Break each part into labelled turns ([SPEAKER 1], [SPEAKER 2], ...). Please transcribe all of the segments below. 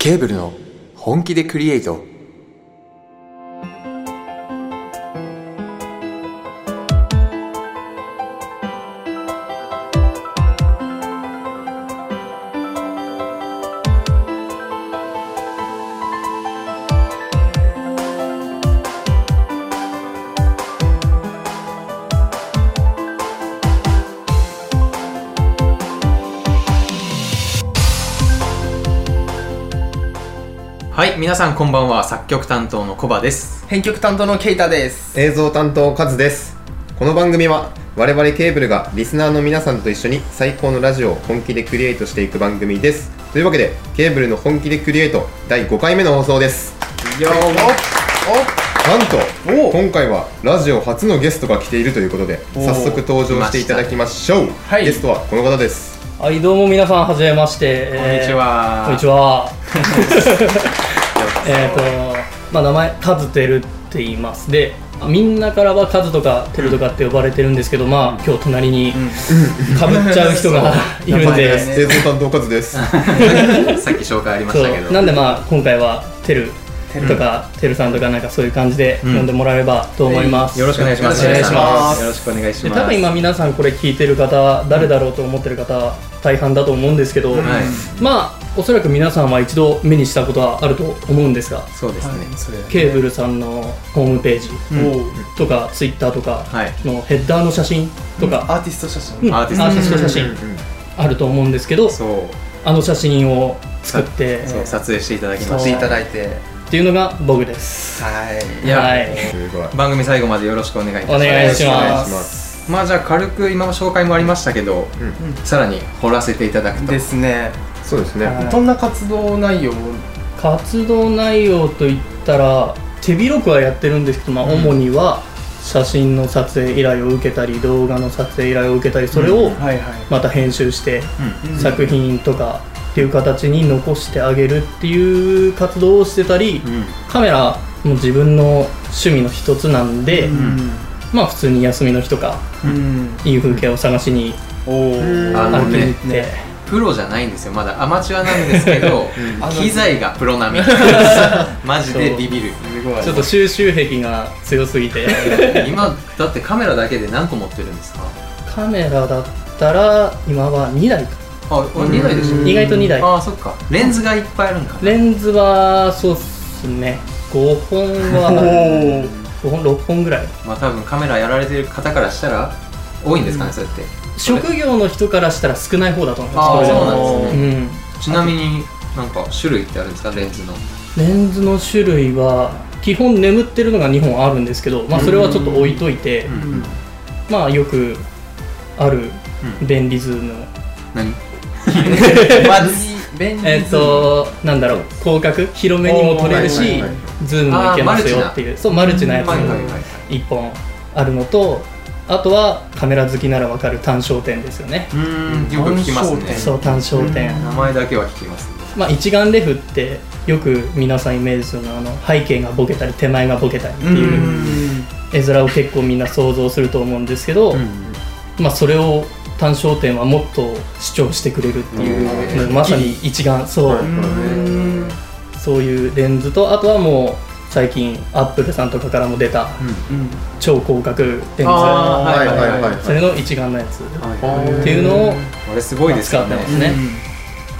[SPEAKER 1] ケーブルの本気でクリエイトはい皆さんこんばんは作曲担当のコバです
[SPEAKER 2] 編曲担当のケイタです
[SPEAKER 3] 映像担当カズですこの番組は我々ケーブルがリスナーの皆さんと一緒に最高のラジオを本気でクリエイトしていく番組ですというわけでケーブルの本気でクリエイト第5回目の放送です
[SPEAKER 2] よー
[SPEAKER 3] なんと
[SPEAKER 2] おお
[SPEAKER 3] 今回はラジオ初のゲストが来ているということで
[SPEAKER 2] おお
[SPEAKER 3] 早速登場していただきましょう
[SPEAKER 2] はい
[SPEAKER 3] ゲストはこの方です
[SPEAKER 4] はい、どうも皆さん、はじめまし
[SPEAKER 1] こ
[SPEAKER 4] て。
[SPEAKER 1] んにち
[SPEAKER 4] えー。
[SPEAKER 1] は
[SPEAKER 4] こんにちは。えっと、まあ、名前、カズテルって言います。で、みんなからはカズとかテルとかって呼ばれてるんですけど、まあ、今日隣にかぶっちゃう人 がいるん
[SPEAKER 1] 名前が
[SPEAKER 4] で、
[SPEAKER 1] ね
[SPEAKER 3] 映像担当カズ です
[SPEAKER 1] さっき紹介ありまし
[SPEAKER 4] そ
[SPEAKER 1] たけど
[SPEAKER 4] う、なんでまあ、今回はテルとか、テルさんとかなんかそういう感じで呼んでもらえればと思います。
[SPEAKER 1] よろしくお願いします
[SPEAKER 4] よろしくお願いします
[SPEAKER 1] よろしくお願いし
[SPEAKER 4] で
[SPEAKER 1] ます
[SPEAKER 4] 多分今皆さんこれ聞いてる方誰だろうと思ってる方大半だと思うんですけど、
[SPEAKER 1] はい
[SPEAKER 4] まあおそらく皆さんは一度目にしたことはあると思うんですが
[SPEAKER 1] そうですね
[SPEAKER 2] それ
[SPEAKER 4] ケーブルさんのホームページ
[SPEAKER 1] うん
[SPEAKER 4] とかツイッターとか
[SPEAKER 1] はい
[SPEAKER 4] のヘッダーの写真とか、
[SPEAKER 2] アーティスト写
[SPEAKER 4] う
[SPEAKER 2] 真
[SPEAKER 4] ん
[SPEAKER 1] アー
[SPEAKER 4] ア
[SPEAKER 1] テ
[SPEAKER 4] ー
[SPEAKER 1] ィ
[SPEAKER 4] テ
[SPEAKER 1] スト
[SPEAKER 4] ィスト写
[SPEAKER 3] うん
[SPEAKER 4] 真
[SPEAKER 3] うん
[SPEAKER 4] あると思うんですけど
[SPEAKER 1] そう
[SPEAKER 4] あの写真を作って
[SPEAKER 1] そう撮影していただきま
[SPEAKER 2] 撮
[SPEAKER 1] し
[SPEAKER 2] ったていただいて
[SPEAKER 4] っていうのが僕です。
[SPEAKER 2] はい
[SPEAKER 1] いや
[SPEAKER 4] はい、
[SPEAKER 3] すごい
[SPEAKER 1] 番組最後までよろしくお願いいたします
[SPEAKER 4] お願いしま
[SPEAKER 3] お願いします
[SPEAKER 1] まあじゃあ軽く今も紹介もありましたけど、
[SPEAKER 3] ん
[SPEAKER 1] さらに掘らせていただくと
[SPEAKER 2] ですね
[SPEAKER 3] そうですね
[SPEAKER 4] はい
[SPEAKER 2] どんな活動内容
[SPEAKER 4] 活動内容といったら手広くはやってるんですけど、まあ、
[SPEAKER 1] うん
[SPEAKER 4] 主には写真の撮影依頼を受けたり動画の撮影依頼を受けたりそれを
[SPEAKER 2] はいは
[SPEAKER 4] また編集して
[SPEAKER 1] うん
[SPEAKER 2] うん
[SPEAKER 4] 作品とかっていう形に残してあげるっていう活動をしてたり
[SPEAKER 1] うん
[SPEAKER 4] カメラも自分の趣味の一つなんで、
[SPEAKER 2] い
[SPEAKER 1] ん
[SPEAKER 4] まあ普通に休みの日とか
[SPEAKER 2] うん
[SPEAKER 4] いい風景を探しに
[SPEAKER 2] おお
[SPEAKER 1] あの
[SPEAKER 4] 歩きに行
[SPEAKER 1] ね
[SPEAKER 4] って、
[SPEAKER 2] ね
[SPEAKER 1] プロじゃないんですよまだアマチュアなんですけど、
[SPEAKER 2] あの
[SPEAKER 1] 機材がプロ 並みマジでビビる
[SPEAKER 2] すごい
[SPEAKER 4] ちょっと収集癖が強すぎて
[SPEAKER 1] 今だってカメラだけで何個持ってるんですか
[SPEAKER 4] カメラだったら今は2台か
[SPEAKER 1] あ2台でしょ
[SPEAKER 2] うん
[SPEAKER 4] 意外と2台
[SPEAKER 1] ああそっかレンズがいっぱいあるんか
[SPEAKER 4] レンズはそうっすね5本は
[SPEAKER 2] お
[SPEAKER 4] 5
[SPEAKER 2] お
[SPEAKER 4] 本6本ぐらい
[SPEAKER 1] まあ多分カメラやられてる方からしたら多いんですかね、そうやって
[SPEAKER 4] 職業の人からしたら少ない方だと思います
[SPEAKER 1] ああ
[SPEAKER 4] これ
[SPEAKER 1] そ
[SPEAKER 4] でも
[SPEAKER 1] うなんですね
[SPEAKER 4] うん
[SPEAKER 1] ちなみになんか種類ってあるんですかレンズの
[SPEAKER 4] レンズの種類は基本眠ってるのが2本あるんですけど、まあ、それはちょっと置いといて、
[SPEAKER 1] うん
[SPEAKER 2] うん
[SPEAKER 4] まあよくある便利ズーム、
[SPEAKER 1] 何
[SPEAKER 2] マジ便利
[SPEAKER 4] えっ、となんだろう広角広めにも撮れるし、
[SPEAKER 2] おーはいはい
[SPEAKER 3] はい
[SPEAKER 4] ズームもいけますよっていうそうマルチなやつ
[SPEAKER 1] はいはいはい
[SPEAKER 4] 1本あるのとあとはカメラ好きならわかる単焦点ですよね、
[SPEAKER 1] うーんよく聞きますね
[SPEAKER 4] そう単焦点、
[SPEAKER 1] 名前だけは聞きますね
[SPEAKER 4] まあ、一眼レフってよく皆さんイメージするのはあの背景がボケたり手前がボケたりって
[SPEAKER 2] う
[SPEAKER 4] いうん絵面を結構みんな想像すると思うんですけど、まあ、それを単焦点はもっと主張してくれるってい
[SPEAKER 1] うん
[SPEAKER 4] う、もうまさに一眼そう、
[SPEAKER 3] はい
[SPEAKER 2] うん
[SPEAKER 4] そういうレンズとあとはもう最近アップルさんとかからも出た
[SPEAKER 2] うん
[SPEAKER 4] 超広角レンズ
[SPEAKER 1] あ
[SPEAKER 3] はいはいはいはい
[SPEAKER 4] それの一眼のやつ、
[SPEAKER 1] はい
[SPEAKER 4] っていうのを
[SPEAKER 1] これすごいですよね
[SPEAKER 4] 使ってますね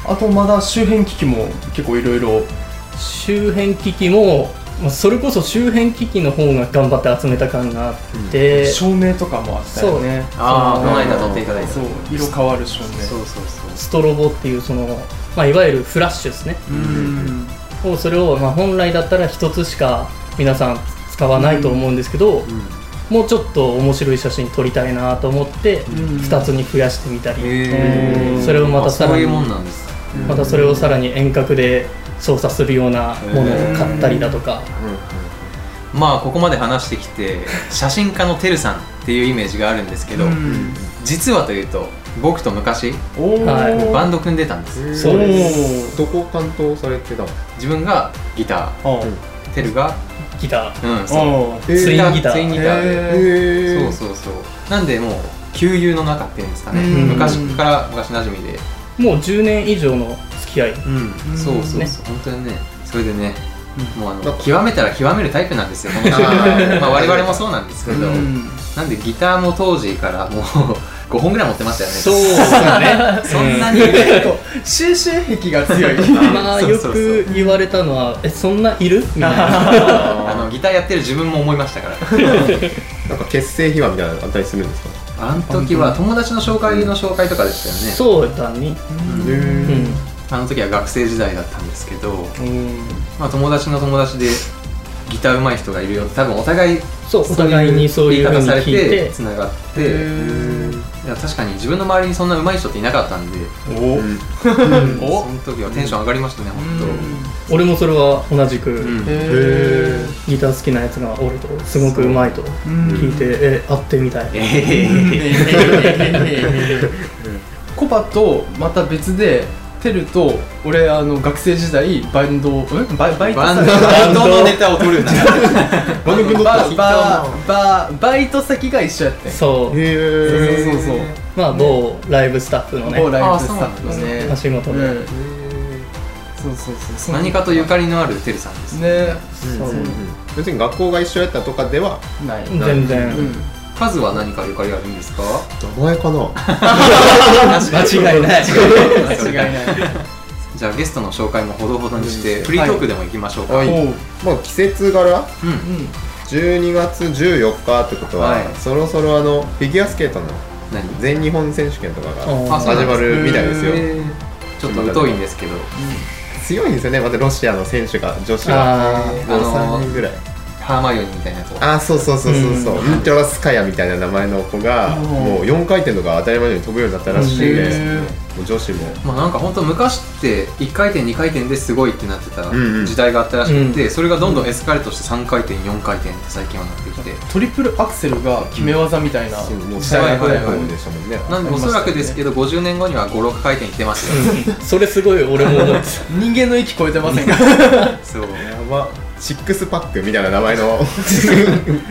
[SPEAKER 2] うんあとまだ周辺機器も結構いろいろ
[SPEAKER 4] 周辺機器もまあそれこそ周辺機器の方が頑張って集めた感があって、
[SPEAKER 2] 照明とかもあったよね
[SPEAKER 1] ああ
[SPEAKER 2] そ
[SPEAKER 1] こ
[SPEAKER 2] の
[SPEAKER 1] の間撮っていただいた
[SPEAKER 2] そう色変わる照
[SPEAKER 1] そうそうそう
[SPEAKER 4] ストロボっていうその、まあ、いわゆるフラッシュですね
[SPEAKER 2] 明うん
[SPEAKER 4] をそれをまあ本来だったら一つしか皆さん使わないと思うんですけど、もうちょっと面白い写真撮りたいなと思って
[SPEAKER 2] ん
[SPEAKER 4] 2つに増やしてみたり、
[SPEAKER 1] へー
[SPEAKER 4] それをまたさら
[SPEAKER 1] あそうい
[SPEAKER 4] に
[SPEAKER 1] うもんなんです
[SPEAKER 4] またそれをさらに遠隔で操作するようなものを買ったりだとか、
[SPEAKER 1] まあここまで話してきて写真家のてるさんっていうイメージがあるんですけど、
[SPEAKER 2] うん
[SPEAKER 1] 実はというと僕と昔
[SPEAKER 2] おー
[SPEAKER 4] はい
[SPEAKER 1] バンド組んでたんです
[SPEAKER 3] うん
[SPEAKER 4] そう
[SPEAKER 2] です
[SPEAKER 3] どこ担当されてたの
[SPEAKER 1] 自分がギタ
[SPEAKER 2] あー
[SPEAKER 1] ーてるが
[SPEAKER 4] ギ
[SPEAKER 1] う
[SPEAKER 4] タ
[SPEAKER 1] ん
[SPEAKER 2] あ
[SPEAKER 1] そう
[SPEAKER 2] ー
[SPEAKER 3] えー
[SPEAKER 4] ツインギター
[SPEAKER 1] ツインギターで、
[SPEAKER 3] へー
[SPEAKER 1] そうそうそうなんでもう旧友の中っていうんですかね、
[SPEAKER 2] うん
[SPEAKER 1] 昔から昔なじみで
[SPEAKER 4] ーもう10年以上の付付き合い
[SPEAKER 2] うん
[SPEAKER 1] そうそうそう、
[SPEAKER 4] ね
[SPEAKER 1] 本当にねそれでね、もうあ
[SPEAKER 3] なん
[SPEAKER 1] の
[SPEAKER 3] か
[SPEAKER 1] 極めたら極めるタイプなんですよこの人
[SPEAKER 3] あー
[SPEAKER 1] まあ我々もそうなんですけど、
[SPEAKER 2] うん
[SPEAKER 1] なんでギターも当時からもう5本ぐらい持ってましたよね
[SPEAKER 4] そうだね
[SPEAKER 1] そんなに、
[SPEAKER 2] 結構収集癖が強い
[SPEAKER 4] まあ
[SPEAKER 1] そう
[SPEAKER 4] よ
[SPEAKER 1] そうそう
[SPEAKER 4] く言われたのは「えそんないる?」みたいな
[SPEAKER 1] あのギターやってる自分も思いましたから
[SPEAKER 3] なんか結成秘話みたいなのあったりするんですか
[SPEAKER 1] あの時は友達の紹介の紹介とかでしたよね
[SPEAKER 4] そうだね
[SPEAKER 1] うん
[SPEAKER 4] うん
[SPEAKER 1] あの時は学生時代だったんですけど、まあ、友達の友達でギター上手い人がいるよって多分お互い
[SPEAKER 4] そうお互いにそういうふう
[SPEAKER 1] 言い
[SPEAKER 4] に
[SPEAKER 1] 方され
[SPEAKER 4] 聞い
[SPEAKER 1] て
[SPEAKER 4] て
[SPEAKER 1] つながっていや確かに自分の周りにそんな上手い人っていなかったんで
[SPEAKER 2] お
[SPEAKER 3] うん
[SPEAKER 1] その時はテンション上がりましたね本
[SPEAKER 4] 俺もそれは同じく、
[SPEAKER 1] 当うん
[SPEAKER 2] へ
[SPEAKER 4] ギター好きなやつがおるとすごくうまいと聞いて、え会ってみた い、
[SPEAKER 1] ええ
[SPEAKER 2] コパとまた別でテルと俺あの学生時代バンドんバイバイト
[SPEAKER 1] バンド
[SPEAKER 2] 先
[SPEAKER 1] バンドのネタを取るな
[SPEAKER 2] バ
[SPEAKER 1] ンド
[SPEAKER 2] ババ
[SPEAKER 1] バ
[SPEAKER 2] ババイト先が一緒やってんそう
[SPEAKER 4] そう、
[SPEAKER 3] へ
[SPEAKER 2] そうそう
[SPEAKER 4] まあ某ライブスタッフのね
[SPEAKER 2] 某ライブ
[SPEAKER 1] あ
[SPEAKER 2] スタッフの
[SPEAKER 1] そうなん
[SPEAKER 2] ね
[SPEAKER 1] で
[SPEAKER 4] 足元
[SPEAKER 2] う
[SPEAKER 4] で、
[SPEAKER 2] んそうそうそうそう
[SPEAKER 1] 何かとゆかりのあるてるさんです
[SPEAKER 2] ね
[SPEAKER 4] そう
[SPEAKER 3] うんうん別に学校が一緒やったとかでは
[SPEAKER 2] ない
[SPEAKER 4] 全然、
[SPEAKER 2] うん
[SPEAKER 1] 数は何かゆかりあるんです か
[SPEAKER 3] 名前かな
[SPEAKER 4] 間違いない
[SPEAKER 2] 違いない
[SPEAKER 1] じゃあゲストの紹介もほどほどにしてフリートークでも行きましょうか、
[SPEAKER 3] はい
[SPEAKER 2] おう
[SPEAKER 3] まあ季節柄
[SPEAKER 1] うん
[SPEAKER 2] うん
[SPEAKER 3] 12月14日ってことは、
[SPEAKER 1] はい
[SPEAKER 3] そろそろあのフィギュアスケートの
[SPEAKER 1] 何
[SPEAKER 3] 全日本選手権とかが
[SPEAKER 4] あ
[SPEAKER 1] そうな
[SPEAKER 3] 始
[SPEAKER 1] んで
[SPEAKER 3] まするみたいですよ
[SPEAKER 1] えーちょっと疎いんですけど
[SPEAKER 3] 強いんですよねまたロシアの選手が女子が
[SPEAKER 4] あ
[SPEAKER 1] ー
[SPEAKER 3] 3人ぐらい
[SPEAKER 1] ハーマイオニーみたいなやつを
[SPEAKER 3] あーそうそうそうそうそう、
[SPEAKER 1] うん
[SPEAKER 3] ミトラスカヤみたいな名前の子が
[SPEAKER 2] うん
[SPEAKER 3] もう4回転とか当たり前のように飛ぶようになったらしいんで、
[SPEAKER 2] うん
[SPEAKER 3] もう女子も
[SPEAKER 1] まあなんか本当昔って1回転2回転ですごいってなってた
[SPEAKER 3] んうん
[SPEAKER 1] 時代があったらしくて、それがどんどんエスカレートして3回転4回転って最近はなってきて、
[SPEAKER 2] トリプルアクセルが決め技みたいな
[SPEAKER 3] そうもう
[SPEAKER 2] 時
[SPEAKER 3] 下
[SPEAKER 2] 代
[SPEAKER 3] が
[SPEAKER 2] が来
[SPEAKER 1] はい
[SPEAKER 2] た
[SPEAKER 1] はい
[SPEAKER 2] よ
[SPEAKER 1] はい
[SPEAKER 3] 高いでしたもんね
[SPEAKER 1] なんでおそらくですけど50年後には56回転いってますよ、
[SPEAKER 4] それすごい俺も思ってた
[SPEAKER 2] 人間の域超えてませんか
[SPEAKER 1] そう
[SPEAKER 3] やばシックスパックみたいな名前 の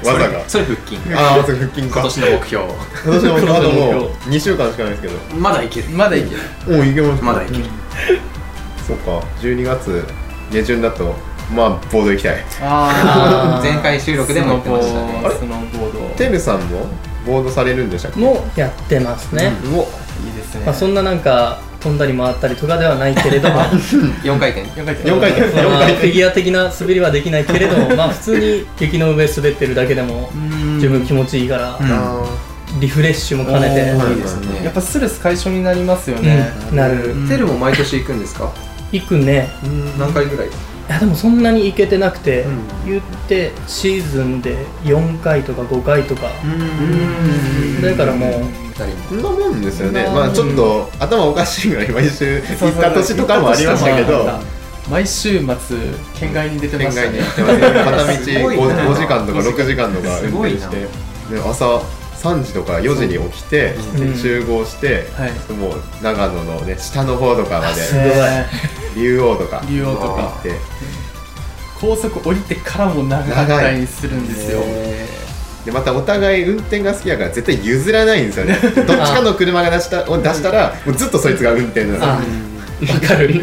[SPEAKER 3] 技が
[SPEAKER 1] それ腹 筋今
[SPEAKER 3] ああそう腹筋か
[SPEAKER 1] 年の目標
[SPEAKER 3] 私もあと
[SPEAKER 4] 今
[SPEAKER 3] もう2
[SPEAKER 4] 年
[SPEAKER 3] 週間しかないですけど
[SPEAKER 1] まだいける
[SPEAKER 2] まだいける
[SPEAKER 3] もういけます
[SPEAKER 1] まだいける、
[SPEAKER 3] そうか12月下旬だとまあボード行きたい
[SPEAKER 2] あ
[SPEAKER 4] あー
[SPEAKER 1] 前回収録でも言ってましたね
[SPEAKER 2] スノーボード
[SPEAKER 3] テルさんもボードされるんでしたっけ
[SPEAKER 4] もうやってますね、
[SPEAKER 3] うお
[SPEAKER 2] いいですね
[SPEAKER 4] まあ、そんななんか飛んだり回ったりとかではないけ れどもまあ
[SPEAKER 1] 4回転
[SPEAKER 2] 4回転
[SPEAKER 3] 4回転
[SPEAKER 4] フィギュア的な滑りはできないけれどもまあ普通に雪の上滑ってるだけでも
[SPEAKER 2] うん
[SPEAKER 4] 十分気持ちいいから、
[SPEAKER 1] うん
[SPEAKER 3] あ
[SPEAKER 4] リフレッシュも兼ねて、
[SPEAKER 2] おー
[SPEAKER 1] いいですね
[SPEAKER 2] やっぱストレス解消になりますよね
[SPEAKER 4] うんなる
[SPEAKER 1] テルも毎年行くんですか
[SPEAKER 4] 行くね
[SPEAKER 1] 何回ぐらい
[SPEAKER 4] いやでもそんなに行けてなくて、
[SPEAKER 1] ん
[SPEAKER 4] 言ってシーズンで4回とか5回とか、
[SPEAKER 1] うん
[SPEAKER 4] だからもう、
[SPEAKER 1] 2人も
[SPEAKER 3] そんなもんですよね
[SPEAKER 2] うん
[SPEAKER 3] まあちょっと頭おかしいぐらい毎週
[SPEAKER 2] そ
[SPEAKER 3] 行
[SPEAKER 2] う
[SPEAKER 3] っ
[SPEAKER 2] そう
[SPEAKER 3] た年とかもありましたけど
[SPEAKER 2] 行った年とかもあった毎週末県外に出てま
[SPEAKER 3] 県
[SPEAKER 2] した
[SPEAKER 3] 外
[SPEAKER 2] ね
[SPEAKER 3] に行ってますね片
[SPEAKER 1] す
[SPEAKER 3] 道
[SPEAKER 1] ごいな
[SPEAKER 3] 5, 時間とか6時間とか運転して
[SPEAKER 1] す
[SPEAKER 3] で朝3時とか4時に起きて
[SPEAKER 4] うん
[SPEAKER 3] 集合して、
[SPEAKER 2] はい
[SPEAKER 3] もう長野のね下の方とかま
[SPEAKER 4] ごい
[SPEAKER 3] で
[SPEAKER 2] え
[SPEAKER 3] 竜王とか
[SPEAKER 2] ー竜王と
[SPEAKER 1] う
[SPEAKER 2] か
[SPEAKER 1] わ
[SPEAKER 3] 行って
[SPEAKER 2] 高速降りてからも長かったりするんですよ
[SPEAKER 1] へ
[SPEAKER 3] でまたお互い運転が好きだから絶対譲らないんですよねどっちかの車が出したを出したらもうずっとそいつが運転な
[SPEAKER 4] あわかる
[SPEAKER 3] の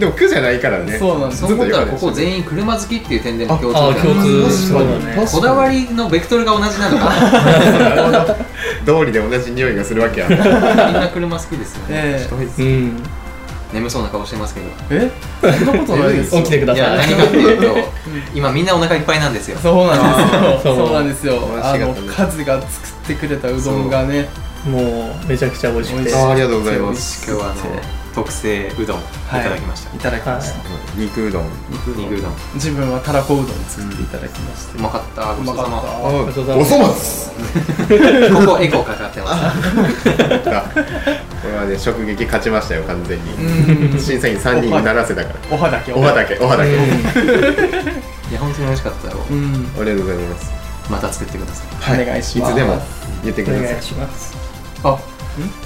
[SPEAKER 3] でも苦じゃないからね
[SPEAKER 2] そうなんです
[SPEAKER 1] そう
[SPEAKER 2] よ
[SPEAKER 1] 思ったらここ 全員車好きっていう点でも共通
[SPEAKER 4] あ
[SPEAKER 1] 点
[SPEAKER 4] 共通そう
[SPEAKER 3] 確
[SPEAKER 4] だ
[SPEAKER 3] か
[SPEAKER 4] ね
[SPEAKER 3] に
[SPEAKER 1] こだわりのベクトルが同じなの か
[SPEAKER 3] 道理で同じ匂いがするわけやひ
[SPEAKER 1] なみんな車好きですよね
[SPEAKER 2] えー
[SPEAKER 3] どいっす
[SPEAKER 4] うん
[SPEAKER 1] 眠そうな顔してますけどい
[SPEAKER 2] えそんなことないです
[SPEAKER 4] 起
[SPEAKER 2] よ
[SPEAKER 4] きてくだ
[SPEAKER 1] や
[SPEAKER 4] さい
[SPEAKER 1] 何かっていうと今みんなお腹いっぱいなんですよ
[SPEAKER 2] そうなんですよ
[SPEAKER 4] そう
[SPEAKER 2] そうなんですよあ
[SPEAKER 3] 美
[SPEAKER 2] の
[SPEAKER 3] 味しかったです
[SPEAKER 2] カズが作ってくれたうどんがね
[SPEAKER 4] もうめちゃくちゃ美味しく
[SPEAKER 2] 美味
[SPEAKER 4] て
[SPEAKER 2] し
[SPEAKER 3] あ
[SPEAKER 2] い
[SPEAKER 3] ありがとうございま
[SPEAKER 2] 美味
[SPEAKER 3] す
[SPEAKER 2] し
[SPEAKER 1] 今日はあの特製うどんいただきました
[SPEAKER 2] いただきました
[SPEAKER 4] は
[SPEAKER 3] 肉うどん
[SPEAKER 1] 肉うどんう
[SPEAKER 2] 自分はたらこうどん作っていただきまして
[SPEAKER 1] まかったごち
[SPEAKER 2] う
[SPEAKER 1] そう
[SPEAKER 2] まか
[SPEAKER 1] さ
[SPEAKER 2] った
[SPEAKER 1] ま
[SPEAKER 4] りがとうございます
[SPEAKER 3] 粗末
[SPEAKER 1] ここエコーかかってます
[SPEAKER 3] だこれはね直撃勝ちましたよ完全
[SPEAKER 2] う
[SPEAKER 3] に審査員3人にならせたから
[SPEAKER 2] おはだけ
[SPEAKER 3] おはだけおはだけあ
[SPEAKER 1] いや本当に美味しかったよ
[SPEAKER 2] うん
[SPEAKER 3] りがとうございます
[SPEAKER 1] また作ってください
[SPEAKER 2] お願いします
[SPEAKER 3] つでも言ってく
[SPEAKER 4] お
[SPEAKER 3] だ
[SPEAKER 4] 願
[SPEAKER 3] さい
[SPEAKER 4] いします
[SPEAKER 1] あ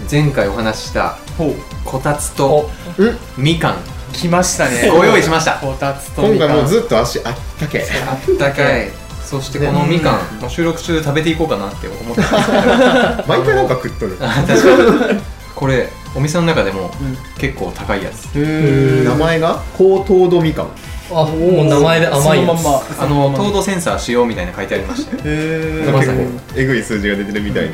[SPEAKER 1] 前回お話しした
[SPEAKER 2] ほう
[SPEAKER 1] こたつと
[SPEAKER 3] うん
[SPEAKER 1] みかん
[SPEAKER 2] 来ましたね
[SPEAKER 1] ご用意しました
[SPEAKER 2] こたつと
[SPEAKER 3] 今
[SPEAKER 2] みかん
[SPEAKER 3] 回もうずっと足あったけ
[SPEAKER 1] あったかいそしてこのみかんもう収録中食べていこうかなって思ってます
[SPEAKER 3] 毎回なんか食っとる
[SPEAKER 1] あ確かにこれお店の中でも
[SPEAKER 2] うん
[SPEAKER 1] 結構高いやつ、
[SPEAKER 2] へ
[SPEAKER 3] 名前が高糖度みかん
[SPEAKER 4] あもう名前で甘いやつ
[SPEAKER 2] そのまんま
[SPEAKER 1] あの糖度センサー使用みたいなの書いてありましたよ
[SPEAKER 2] へ
[SPEAKER 3] なん
[SPEAKER 2] ー
[SPEAKER 3] か
[SPEAKER 4] ま
[SPEAKER 3] 結
[SPEAKER 4] さに
[SPEAKER 3] 構えぐい数字が出てるみたいで、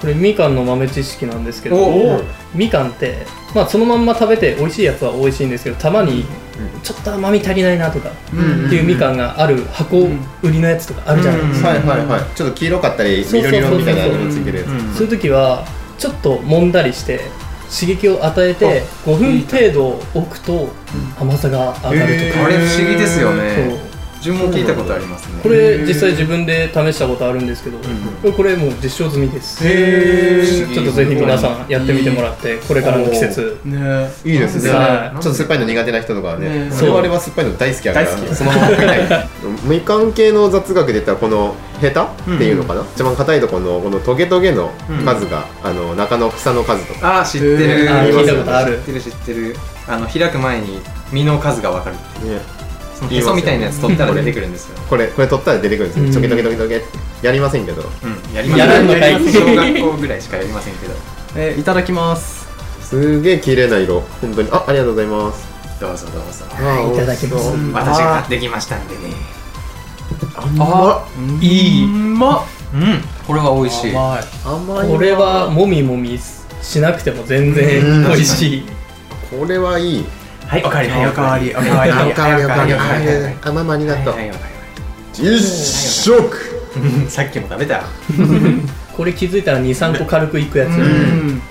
[SPEAKER 4] これみかんの豆知識なんですけ
[SPEAKER 2] お
[SPEAKER 4] ど
[SPEAKER 2] お
[SPEAKER 4] みかんって、まあ、そのまんま食べて美味しいやつは美味しいんですけどたまにちょっと甘み足りないなとか
[SPEAKER 2] う
[SPEAKER 4] っていうみかんがある箱売りのやつとかあるじゃないですか、
[SPEAKER 3] はいはいはいちょっと黄色かったり
[SPEAKER 4] そうそうそう
[SPEAKER 3] 緑色みたいなのがついてるやつ
[SPEAKER 1] うん
[SPEAKER 4] そういう時はちょっと揉んだりして刺激を与えて5分程度置くと甘さが上がると
[SPEAKER 1] あれ不思議ですよ
[SPEAKER 4] か、
[SPEAKER 1] ね
[SPEAKER 4] そう
[SPEAKER 1] 順も聞いたことありますね
[SPEAKER 4] これ実際自分で試したことあるんですけど、これもう実証済みです、
[SPEAKER 2] へ
[SPEAKER 1] ー
[SPEAKER 4] ちょっとぜひ皆さんやってみてもらってこれからの季節
[SPEAKER 2] ねえ
[SPEAKER 3] いいですね、
[SPEAKER 4] はい
[SPEAKER 3] ちょっと酸っぱいの苦手な人とかはね
[SPEAKER 2] ね
[SPEAKER 3] 我々は酸っぱいの大好きやから
[SPEAKER 1] 大好き
[SPEAKER 3] そのまま食べないみかん系の雑学で言ったらこのヘタっていうのかな、一番硬いところのこのトゲトゲの数が、あの中の草の数とか
[SPEAKER 1] あー知って
[SPEAKER 2] へ
[SPEAKER 1] る
[SPEAKER 4] ーあー聞いたことあ
[SPEAKER 1] 知
[SPEAKER 4] る
[SPEAKER 1] ってる知ってるあの開く前に実の数が分かるって
[SPEAKER 3] ね
[SPEAKER 1] そのへそみたいなやつ取ったら出てくるんですよ、
[SPEAKER 3] これこれ取ったら出てくるんです
[SPEAKER 4] う
[SPEAKER 3] よ
[SPEAKER 4] ん
[SPEAKER 3] トゲトゲトゲトゲってやりませんけど
[SPEAKER 1] うん、やりませ
[SPEAKER 4] やら
[SPEAKER 1] ん
[SPEAKER 4] んのかい
[SPEAKER 1] 小学校ぐらいしかやりませんけど
[SPEAKER 2] えーいただきます
[SPEAKER 3] すげえ綺麗な色本当にあありがとうございます
[SPEAKER 1] どうぞどうぞ
[SPEAKER 3] あー
[SPEAKER 4] いただきます
[SPEAKER 3] 美味しそう
[SPEAKER 1] 私が買ってきましたんでね
[SPEAKER 2] あ
[SPEAKER 4] いいう
[SPEAKER 2] まっ
[SPEAKER 1] うんこれは美味しい
[SPEAKER 2] 甘い
[SPEAKER 3] 甘いな
[SPEAKER 4] これはもみもみしなくても全然
[SPEAKER 3] うん
[SPEAKER 4] 美味しい
[SPEAKER 3] これはいい
[SPEAKER 1] はいおかわり
[SPEAKER 2] おかわりおかわり
[SPEAKER 3] あおかわりおかわりおかわ
[SPEAKER 1] は
[SPEAKER 3] り
[SPEAKER 1] いはいはい
[SPEAKER 3] あママありがとう
[SPEAKER 1] はいはいはい
[SPEAKER 3] 一食
[SPEAKER 1] うん さっきも食べた
[SPEAKER 4] これ気づいたら23個軽くいくやつ、
[SPEAKER 2] うん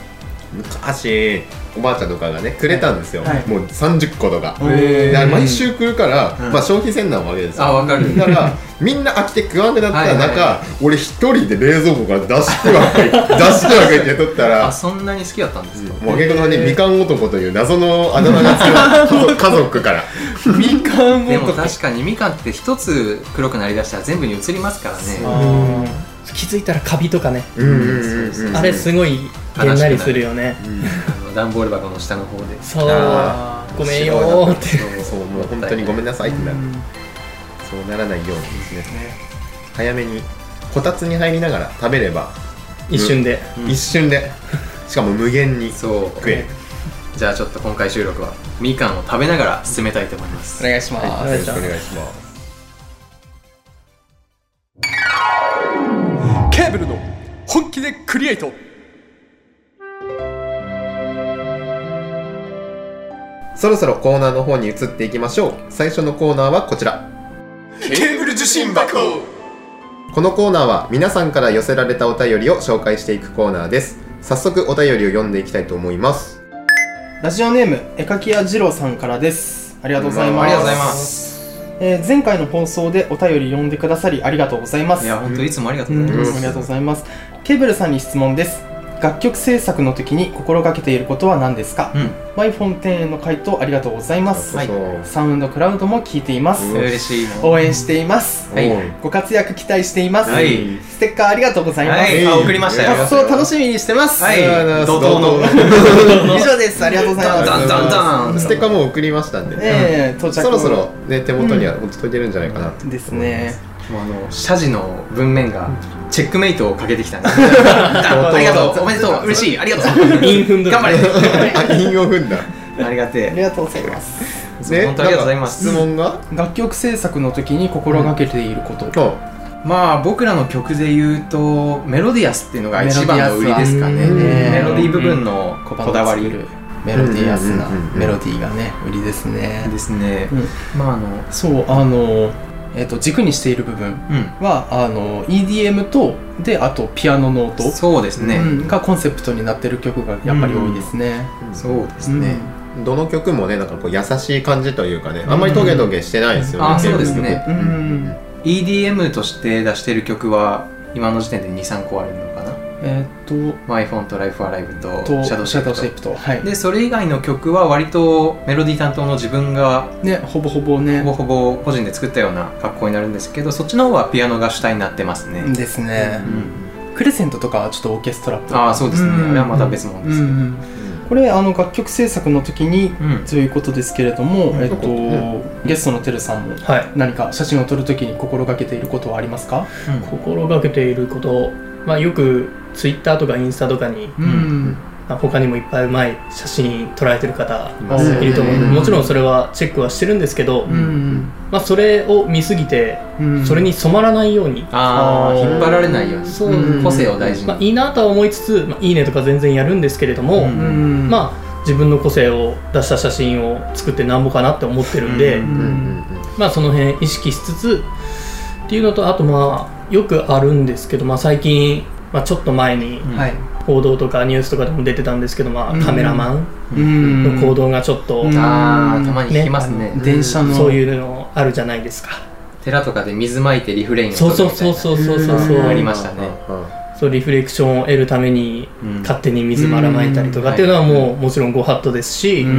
[SPEAKER 3] 昔おばあちゃんとかがねくれたんですよ、
[SPEAKER 2] はい
[SPEAKER 3] もう30個とか、
[SPEAKER 2] へ
[SPEAKER 3] で
[SPEAKER 2] ー
[SPEAKER 3] 毎週来るから、
[SPEAKER 1] うん
[SPEAKER 3] まあ、消費せんなんわけですよ
[SPEAKER 1] あわかる
[SPEAKER 3] だからみんな飽きて食わんくなっ
[SPEAKER 1] は
[SPEAKER 3] た中、
[SPEAKER 1] いはいは
[SPEAKER 3] 俺一人で冷蔵庫から出してはかい出してはかいって取った
[SPEAKER 1] あ
[SPEAKER 3] ら
[SPEAKER 1] そんなに好きだったんですか
[SPEAKER 3] もう結局ねみかん男という謎のあだ名がつく家族から
[SPEAKER 2] みかん
[SPEAKER 1] でも
[SPEAKER 2] 男
[SPEAKER 1] 確かにみかんって一つ黒くなりだしたら全部に移りますからね
[SPEAKER 4] うん気づいたらカビとかね、
[SPEAKER 3] うんうんうんうん
[SPEAKER 4] あれすごいげんなりするよね
[SPEAKER 1] あの段ボール箱の下の方で
[SPEAKER 4] そう
[SPEAKER 3] あ
[SPEAKER 4] ごめんよーって
[SPEAKER 3] そうもう本当にごめんなさいってなる、
[SPEAKER 2] うん
[SPEAKER 3] そうならないようにですね早めにこたつに入りながら食べれば、
[SPEAKER 4] 一瞬で、
[SPEAKER 1] うん
[SPEAKER 3] 一瞬でしかも無限に
[SPEAKER 1] そう
[SPEAKER 3] 食える
[SPEAKER 1] じゃあちょっと今回収録はみかんを食べながら進めたいと思います
[SPEAKER 2] お願いしま
[SPEAKER 4] は
[SPEAKER 2] す
[SPEAKER 4] い
[SPEAKER 3] よろしくお願いします
[SPEAKER 2] ケーブルの本気でクリエイト
[SPEAKER 3] そろそろコーナーの方に移っていきましょう最初のコーナーはこちら
[SPEAKER 2] ケーブル受信箱
[SPEAKER 3] このコーナーは皆さんから寄せられたお便りを紹介していくコーナーです早速お便りを読んでいきたいと思います
[SPEAKER 2] ラジオネーム絵描き屋二郎さんからですありがとうございます
[SPEAKER 1] ありがとうございます
[SPEAKER 2] えー前回の放送でお便り読んでくださりありがとうございます
[SPEAKER 1] いや本当いつもありがとう
[SPEAKER 2] うん
[SPEAKER 1] ございます
[SPEAKER 2] ありがとうございますケーブルさんに質問です楽曲制作の時に心がけていることは何ですか、
[SPEAKER 1] うん
[SPEAKER 2] マイフォン店への回答ありがとうございます、
[SPEAKER 1] はい
[SPEAKER 3] そう
[SPEAKER 2] サウンドクラウドも聞いています、
[SPEAKER 3] うん
[SPEAKER 1] 嬉しいもん
[SPEAKER 2] 応援しています、
[SPEAKER 1] はい
[SPEAKER 3] おう
[SPEAKER 2] ご活躍期待しています、
[SPEAKER 1] はい
[SPEAKER 2] ステッカーありがとうございます、
[SPEAKER 1] はいあ送りましたよ
[SPEAKER 2] 発送楽しみにしてます、
[SPEAKER 1] はい
[SPEAKER 3] ど
[SPEAKER 1] 怒
[SPEAKER 3] うぞ
[SPEAKER 1] 涛の
[SPEAKER 2] 以上ですありがとうございます
[SPEAKER 1] ダンダンダン
[SPEAKER 3] ステッカーもう送りましたんで、
[SPEAKER 2] ええ到着
[SPEAKER 3] そろそろ、ね、手元には落ちといてるんじゃない かなと
[SPEAKER 2] ですね
[SPEAKER 1] もうあの謝辞の文面がチェックメイトをかけてきたんですありがとうおめでとう嬉しいありがとう
[SPEAKER 4] インフンド
[SPEAKER 1] 頑張れ
[SPEAKER 3] あ韻を踏んだ
[SPEAKER 1] ありがて
[SPEAKER 2] あり
[SPEAKER 1] え
[SPEAKER 2] がとうございます
[SPEAKER 3] ね
[SPEAKER 1] 本当ありがとうございます
[SPEAKER 3] なんか質問が
[SPEAKER 2] 楽曲制作の時に心がけていること、
[SPEAKER 3] あ
[SPEAKER 1] まあ僕らの曲で言うとメロディアスっていうのが一番の売りですかね
[SPEAKER 2] メ
[SPEAKER 1] メ
[SPEAKER 2] ロディアスはね
[SPEAKER 1] ロディー部分のこだわり
[SPEAKER 2] メロディアスな
[SPEAKER 3] うんうんうんうん
[SPEAKER 2] メロディーがね売りですね
[SPEAKER 1] ですね
[SPEAKER 2] うん
[SPEAKER 1] まああの
[SPEAKER 2] そうあの、えっと軸にしている部分
[SPEAKER 1] う
[SPEAKER 2] はあの EDM とであとピアノの音
[SPEAKER 1] んそうですね
[SPEAKER 2] うんがコンセプトになってる曲がやっぱり多いですね、
[SPEAKER 1] そうです
[SPEAKER 2] うん
[SPEAKER 1] ね
[SPEAKER 3] どの曲もねなんかこう優しい感じというかねあんまりトゲトゲしてないですよね、
[SPEAKER 1] あ
[SPEAKER 3] 結
[SPEAKER 1] そう
[SPEAKER 3] 構
[SPEAKER 1] ですね
[SPEAKER 2] うん、
[SPEAKER 1] EDM として出してる曲は今の時点で23個あるのかな
[SPEAKER 2] えっと
[SPEAKER 1] iPhone と Life Alive と
[SPEAKER 2] と
[SPEAKER 1] Shadow
[SPEAKER 2] シャドウシェイ
[SPEAKER 1] Shape
[SPEAKER 2] プとはい
[SPEAKER 1] とでそれ以外の曲は割とメロディー担当の自分が
[SPEAKER 2] ねほぼほぼね
[SPEAKER 1] ほぼほぼ個人で作ったような格好になるんですけどそっちの方はピアノが主体になってますね
[SPEAKER 2] ですね、
[SPEAKER 1] うん
[SPEAKER 2] クレセントとかはちょっとオーケストラっぽい
[SPEAKER 1] ああそうですね
[SPEAKER 2] うん
[SPEAKER 1] あれはまた別物ですね
[SPEAKER 2] これあの楽曲制作の時に
[SPEAKER 1] うん
[SPEAKER 2] ということですけれども、えっと、
[SPEAKER 3] う
[SPEAKER 2] ゲストのてるさんも
[SPEAKER 4] はい
[SPEAKER 2] 何か写真を撮るときに心がけていることはありますか
[SPEAKER 1] うん
[SPEAKER 4] 心がけていること、まあ、よくツイッターとかインスタとかに
[SPEAKER 1] ん
[SPEAKER 4] まあ他にもいっぱいうまい写真捉えてる方
[SPEAKER 2] ます
[SPEAKER 4] いると思う
[SPEAKER 2] うん
[SPEAKER 4] もちろんそれはチェックはしてるんですけど、
[SPEAKER 2] うん
[SPEAKER 4] まあ、それを見すぎて
[SPEAKER 2] うん
[SPEAKER 4] それに染まらないように、
[SPEAKER 1] ああ
[SPEAKER 2] あー
[SPEAKER 1] 引っ張られないように
[SPEAKER 4] そう
[SPEAKER 2] うん
[SPEAKER 1] 個性を大事に、
[SPEAKER 4] まあ、いいなとは思いつつ、まあ、いいねとか全然やるんですけれども、
[SPEAKER 1] うん
[SPEAKER 2] うん
[SPEAKER 4] まあ自分の個性を出した写真を作ってなんぼかなって思ってるんで、
[SPEAKER 1] うん
[SPEAKER 3] うんうん
[SPEAKER 4] まあその辺意識しつつっていうのとあとまあよくあるんですけど、まあ、最近、まあ、ちょっと前に
[SPEAKER 1] うん
[SPEAKER 2] はい
[SPEAKER 4] 報道とかニュースとかでも出てたんですけど、ま
[SPEAKER 2] う
[SPEAKER 4] あ、
[SPEAKER 2] ん
[SPEAKER 4] カメラマン
[SPEAKER 2] うん
[SPEAKER 4] の行動がちょっと、
[SPEAKER 2] うん
[SPEAKER 1] ああたまに聞きますね
[SPEAKER 2] 電車の
[SPEAKER 4] そういうのあるじゃないですか。
[SPEAKER 1] 寺とかで水まいてリフレインを
[SPEAKER 4] そうそう
[SPEAKER 1] 撮る
[SPEAKER 4] そ
[SPEAKER 1] み
[SPEAKER 4] う
[SPEAKER 1] たいな
[SPEAKER 4] そうそうそう
[SPEAKER 2] うん
[SPEAKER 1] あ
[SPEAKER 4] そ
[SPEAKER 1] り
[SPEAKER 4] う
[SPEAKER 1] ましたね
[SPEAKER 4] そうリフレクションを得るために
[SPEAKER 1] うん
[SPEAKER 4] 勝手に水ばらまいたりとかっていうのはもうもちろんご法度ですし、
[SPEAKER 2] う
[SPEAKER 1] うん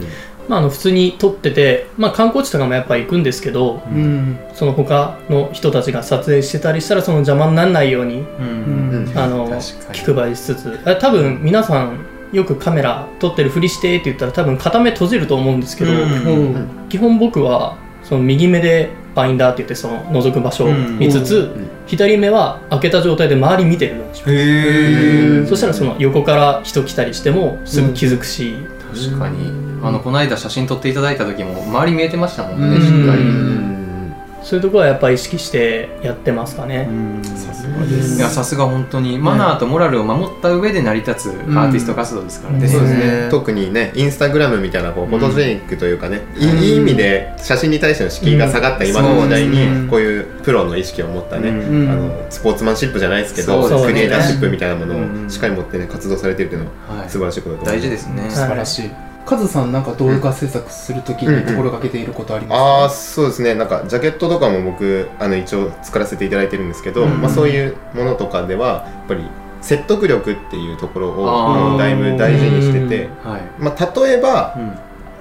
[SPEAKER 2] ん
[SPEAKER 4] まあ、あの普通に撮ってて、まあ、観光地とかもやっぱ行くんですけど
[SPEAKER 2] うん
[SPEAKER 4] その他の人たちが撮影してたりしたらその邪魔にならないように
[SPEAKER 1] う
[SPEAKER 2] うん
[SPEAKER 1] ん
[SPEAKER 3] うん
[SPEAKER 4] あの
[SPEAKER 1] 確かに
[SPEAKER 4] 気配りしつつあ多分皆さんよくカメラ撮ってるふりしてって言ったら多分片目閉じると思うんですけど、
[SPEAKER 1] うん
[SPEAKER 2] おう
[SPEAKER 4] 基本僕はその右目でファインダーって言ってその覗く場所を見つつ、
[SPEAKER 3] ん
[SPEAKER 4] 左目は開けた状態で周り見てるようにします
[SPEAKER 1] へ
[SPEAKER 2] うん
[SPEAKER 4] そしたらその横から人来たりしてもすぐ気づくし、
[SPEAKER 1] 確かにあのこの間写真撮っていただいた時も周り見えてましたもんね
[SPEAKER 2] うん
[SPEAKER 1] しっかり
[SPEAKER 4] うん
[SPEAKER 3] うん
[SPEAKER 4] そういうところはやっぱ意識してやってますかね。
[SPEAKER 1] さす
[SPEAKER 3] そうです
[SPEAKER 1] いやさすが本当にマナーとモラルを守った上で成り立つアーティスト活動ですからね、
[SPEAKER 4] うん
[SPEAKER 3] そうですね
[SPEAKER 2] ね
[SPEAKER 3] 特にねインスタグラムみたいなこうフォトジェニックというかね、い
[SPEAKER 2] うん
[SPEAKER 3] いい意味で写真に対しての敷居が下がった今の時代に、
[SPEAKER 2] うん
[SPEAKER 3] こういうプロの意識を持ったね、
[SPEAKER 1] うん
[SPEAKER 2] うん
[SPEAKER 3] あのスポーツマンシップじゃないですけど
[SPEAKER 1] そうですね
[SPEAKER 3] クリエイターシップみたいなもの
[SPEAKER 1] う
[SPEAKER 3] を
[SPEAKER 1] ん
[SPEAKER 3] しっかり持ってね活動されてるっていうのは
[SPEAKER 1] はい
[SPEAKER 3] 素晴らしいことだと思う
[SPEAKER 1] 大事ですね、
[SPEAKER 2] 素晴らしいカズさんなんか動画制作するとき
[SPEAKER 3] うんうん
[SPEAKER 2] に心がけていることあり
[SPEAKER 3] ああ
[SPEAKER 2] ま
[SPEAKER 3] ーそうですねなんかジャケットとかも僕あの一応作らせていただいてるんですけど、
[SPEAKER 2] うん
[SPEAKER 3] まあ、そういうものとかではやっぱり説得力っていうところ
[SPEAKER 1] あー
[SPEAKER 3] をうんだいぶ大事にしてて、
[SPEAKER 1] はい、
[SPEAKER 3] まあ、例えば
[SPEAKER 1] うん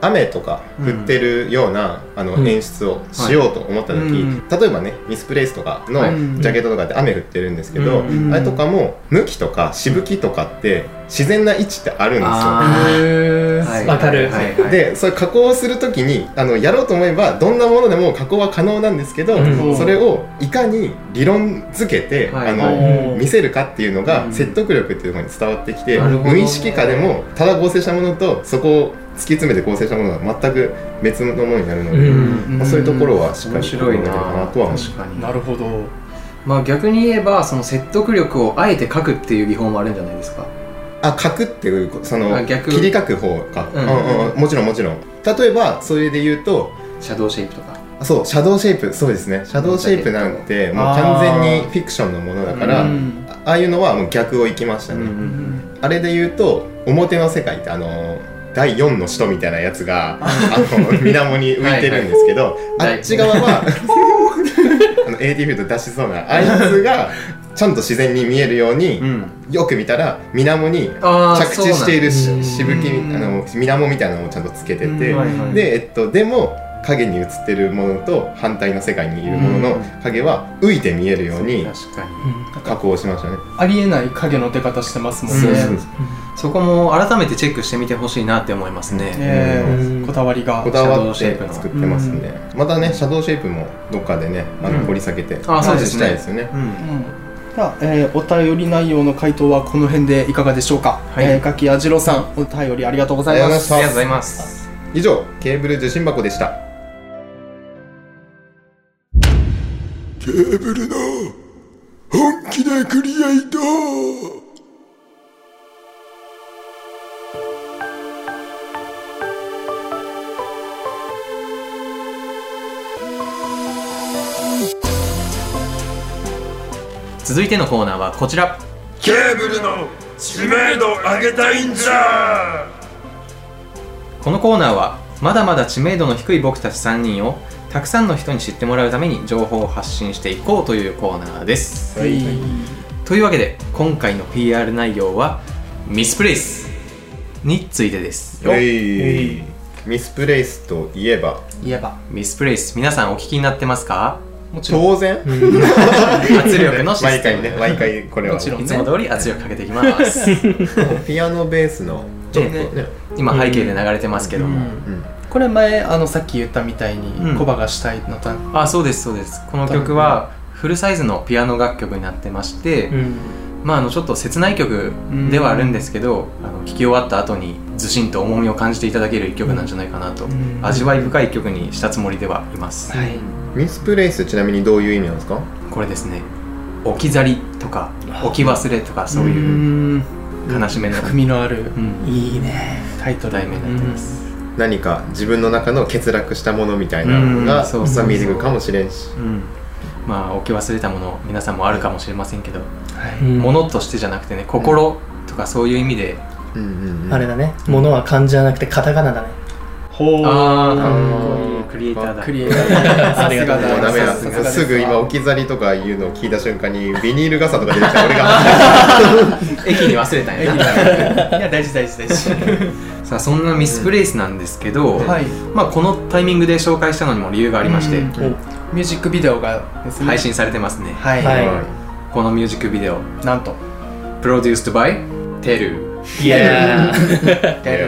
[SPEAKER 3] 雨とか降ってるような、あの
[SPEAKER 4] うん
[SPEAKER 3] 演出をしようと思った時、
[SPEAKER 2] はいうん
[SPEAKER 3] 例えばねミスプレイスとかの
[SPEAKER 1] はい
[SPEAKER 3] ジャケットとかって雨降ってるんですけど、
[SPEAKER 1] うん
[SPEAKER 3] あれとかも向きとかしぶきとかって自然な位置ってあるんですよ。
[SPEAKER 1] あ
[SPEAKER 2] すへー
[SPEAKER 1] はい
[SPEAKER 4] わかる
[SPEAKER 1] はいはい
[SPEAKER 3] でそれ加工する時にあのやろうと思えばどんなものでも加工は可能なんですけど、
[SPEAKER 4] うん
[SPEAKER 3] それをいかに理論付けて、
[SPEAKER 1] はい
[SPEAKER 3] あ
[SPEAKER 1] は
[SPEAKER 3] の
[SPEAKER 1] い
[SPEAKER 3] 見せるかっていうの
[SPEAKER 1] う
[SPEAKER 3] が
[SPEAKER 1] ん
[SPEAKER 3] 説得力っていうのに伝わってきて、
[SPEAKER 1] なるほど
[SPEAKER 3] 無意識化でもただ合成したものとそこを突き詰めて合成したものは全く別のものになるので、
[SPEAKER 4] うん
[SPEAKER 3] まあ、そういうところはしっか
[SPEAKER 1] 面
[SPEAKER 3] り
[SPEAKER 1] 白いな
[SPEAKER 3] 考えてるかなとは思う
[SPEAKER 1] 確かに
[SPEAKER 2] なるほど
[SPEAKER 1] まあ逆に言えばその説得力をあえて書くっていう技法もあるんじゃないですか
[SPEAKER 3] あ書くっていうその
[SPEAKER 1] あ逆
[SPEAKER 3] 切り書く方か、
[SPEAKER 1] うん
[SPEAKER 3] うんうんもちろんもちろん例えばそれで言うと
[SPEAKER 1] シャドウシェイプとか
[SPEAKER 3] あそうシャドウシェイプそうですねシャドウシェイプなんてもう完全にフィクションのものだから、
[SPEAKER 1] あー
[SPEAKER 2] うん
[SPEAKER 3] あああいうのはもう逆を行きましたね、
[SPEAKER 2] うん
[SPEAKER 3] あれで言うと表の世界ってあの第4の使徒みたいなやつがあの水面に浮いてるんですけ
[SPEAKER 1] は
[SPEAKER 3] ど
[SPEAKER 1] いはい
[SPEAKER 3] あっち側は あの AT フィールド出しそうなあいつがちゃんと自然に見えるように、
[SPEAKER 1] うん
[SPEAKER 3] よく見たら水面に
[SPEAKER 1] あー
[SPEAKER 3] 着地している
[SPEAKER 4] そうなん
[SPEAKER 3] し
[SPEAKER 4] だ
[SPEAKER 3] しぶき
[SPEAKER 2] うん
[SPEAKER 3] あの水面みたいなのをちゃんとつけてて、
[SPEAKER 2] うん
[SPEAKER 1] はいはい
[SPEAKER 3] で、えっと、でも影に映ってるものと反対の世界にいるもの
[SPEAKER 1] う
[SPEAKER 3] の
[SPEAKER 1] ん
[SPEAKER 3] 影は浮いて見えるように
[SPEAKER 1] 確かに
[SPEAKER 3] 加工しましたね。
[SPEAKER 2] ありえない影の出方してますもん
[SPEAKER 1] そ
[SPEAKER 2] ね
[SPEAKER 1] うそうそこも改めてチェックしてみてほしいなって思いますね、
[SPEAKER 2] え
[SPEAKER 4] う
[SPEAKER 2] ー
[SPEAKER 4] ん
[SPEAKER 2] こだわりが
[SPEAKER 3] こだわって作ってますんで、またねシャドウシェイプもどっかでねあ
[SPEAKER 1] うん
[SPEAKER 3] の掘り下げて、
[SPEAKER 1] あそうですね
[SPEAKER 3] したいですよね
[SPEAKER 1] うん
[SPEAKER 2] じゃあ、えーお便り内容の回答はこの辺でいかがでしょうか、
[SPEAKER 1] い
[SPEAKER 2] えー、柿谷次郎さんお便りありがとうござい
[SPEAKER 3] あり
[SPEAKER 2] ま
[SPEAKER 3] が
[SPEAKER 2] す
[SPEAKER 1] ありがとうございます
[SPEAKER 3] 以上ケーブル受信箱でした
[SPEAKER 5] ケーブルの本気でクリエイト
[SPEAKER 1] 続いてのコーナーはこちら
[SPEAKER 5] ケーブルの知名度上げたいんじゃ
[SPEAKER 1] このコーナーはまだまだ知名度の低い僕たち3人をたくさんの人に知ってもらうために情報を発信していこうというコーナーです、
[SPEAKER 2] はい
[SPEAKER 1] というわけで今回の PR 内容はミスプレイスについてです
[SPEAKER 3] えいミスプレイスといえば
[SPEAKER 2] 言えば
[SPEAKER 1] ミスプレイス皆さんお聞きになってますか
[SPEAKER 2] もちろん
[SPEAKER 3] 当然
[SPEAKER 1] 圧力のシ
[SPEAKER 3] 毎
[SPEAKER 1] ステ
[SPEAKER 3] 回
[SPEAKER 1] ム
[SPEAKER 3] ね毎回これは
[SPEAKER 2] もちろん
[SPEAKER 1] いつも通り圧力かけていきます
[SPEAKER 3] ピアノベースの ちょっとね
[SPEAKER 1] 今背景で流れてますけども、
[SPEAKER 3] うん
[SPEAKER 2] これ前あのさっき言ったみたい
[SPEAKER 1] うん
[SPEAKER 2] にコバがしたいのと、
[SPEAKER 1] あそうですそうですこの曲はフルサイズのピアノ楽曲になってまして、
[SPEAKER 4] うん
[SPEAKER 1] まあ、あのちょっと切ない曲ではあるんですけど、あの聴き終わった後にずしんと重みを感じていただける一曲なんじゃないかなと、
[SPEAKER 2] うん
[SPEAKER 1] 味わい深い曲にしたつもりではいます、
[SPEAKER 4] はい
[SPEAKER 3] ミスプレイスちなみにどういう意味なんですか
[SPEAKER 1] これですね置き去りとか置き忘れとかそういう
[SPEAKER 2] う
[SPEAKER 1] 悲しめの、
[SPEAKER 2] 含みのある
[SPEAKER 1] うん
[SPEAKER 4] いいね
[SPEAKER 2] タイトル
[SPEAKER 1] 題名になってます、
[SPEAKER 3] 何か自分の中の欠落したものみたいなの
[SPEAKER 1] う
[SPEAKER 3] が
[SPEAKER 1] んそうそうそう
[SPEAKER 3] 挟み出てくるかもしれんし
[SPEAKER 1] うんまあ置き忘れたもの皆さんもあるかもしれませんけど、
[SPEAKER 2] はい
[SPEAKER 1] ものとしてじゃなくてね心とかそういう意味で、
[SPEAKER 3] うんうんうん
[SPEAKER 4] あれだね物は漢字じゃなくてカタカナだね
[SPEAKER 2] ほう
[SPEAKER 1] あー
[SPEAKER 3] うん
[SPEAKER 1] クリエイターだ
[SPEAKER 2] クリエイター
[SPEAKER 4] ありがとうござい
[SPEAKER 3] も
[SPEAKER 4] ま
[SPEAKER 3] うダメだ
[SPEAKER 2] さすがです
[SPEAKER 3] ぐ今置き去りとかいうのを聞いた瞬間にビニール傘とか出てきた俺が
[SPEAKER 1] 駅に忘れたん
[SPEAKER 2] い
[SPEAKER 1] やな
[SPEAKER 2] や大事大事大事
[SPEAKER 1] さあそんなミスプレイスなんですけど、
[SPEAKER 2] はい
[SPEAKER 1] まあ、このタイミングで紹介したのにも理由がありまして、
[SPEAKER 2] うん
[SPEAKER 4] お
[SPEAKER 2] ミュージックビデオがですね
[SPEAKER 1] 配信されてますね、
[SPEAKER 2] はい、
[SPEAKER 4] はい
[SPEAKER 1] このミュージックビデオ
[SPEAKER 2] なんと
[SPEAKER 1] プロデュース by テル
[SPEAKER 4] いやー
[SPEAKER 2] やる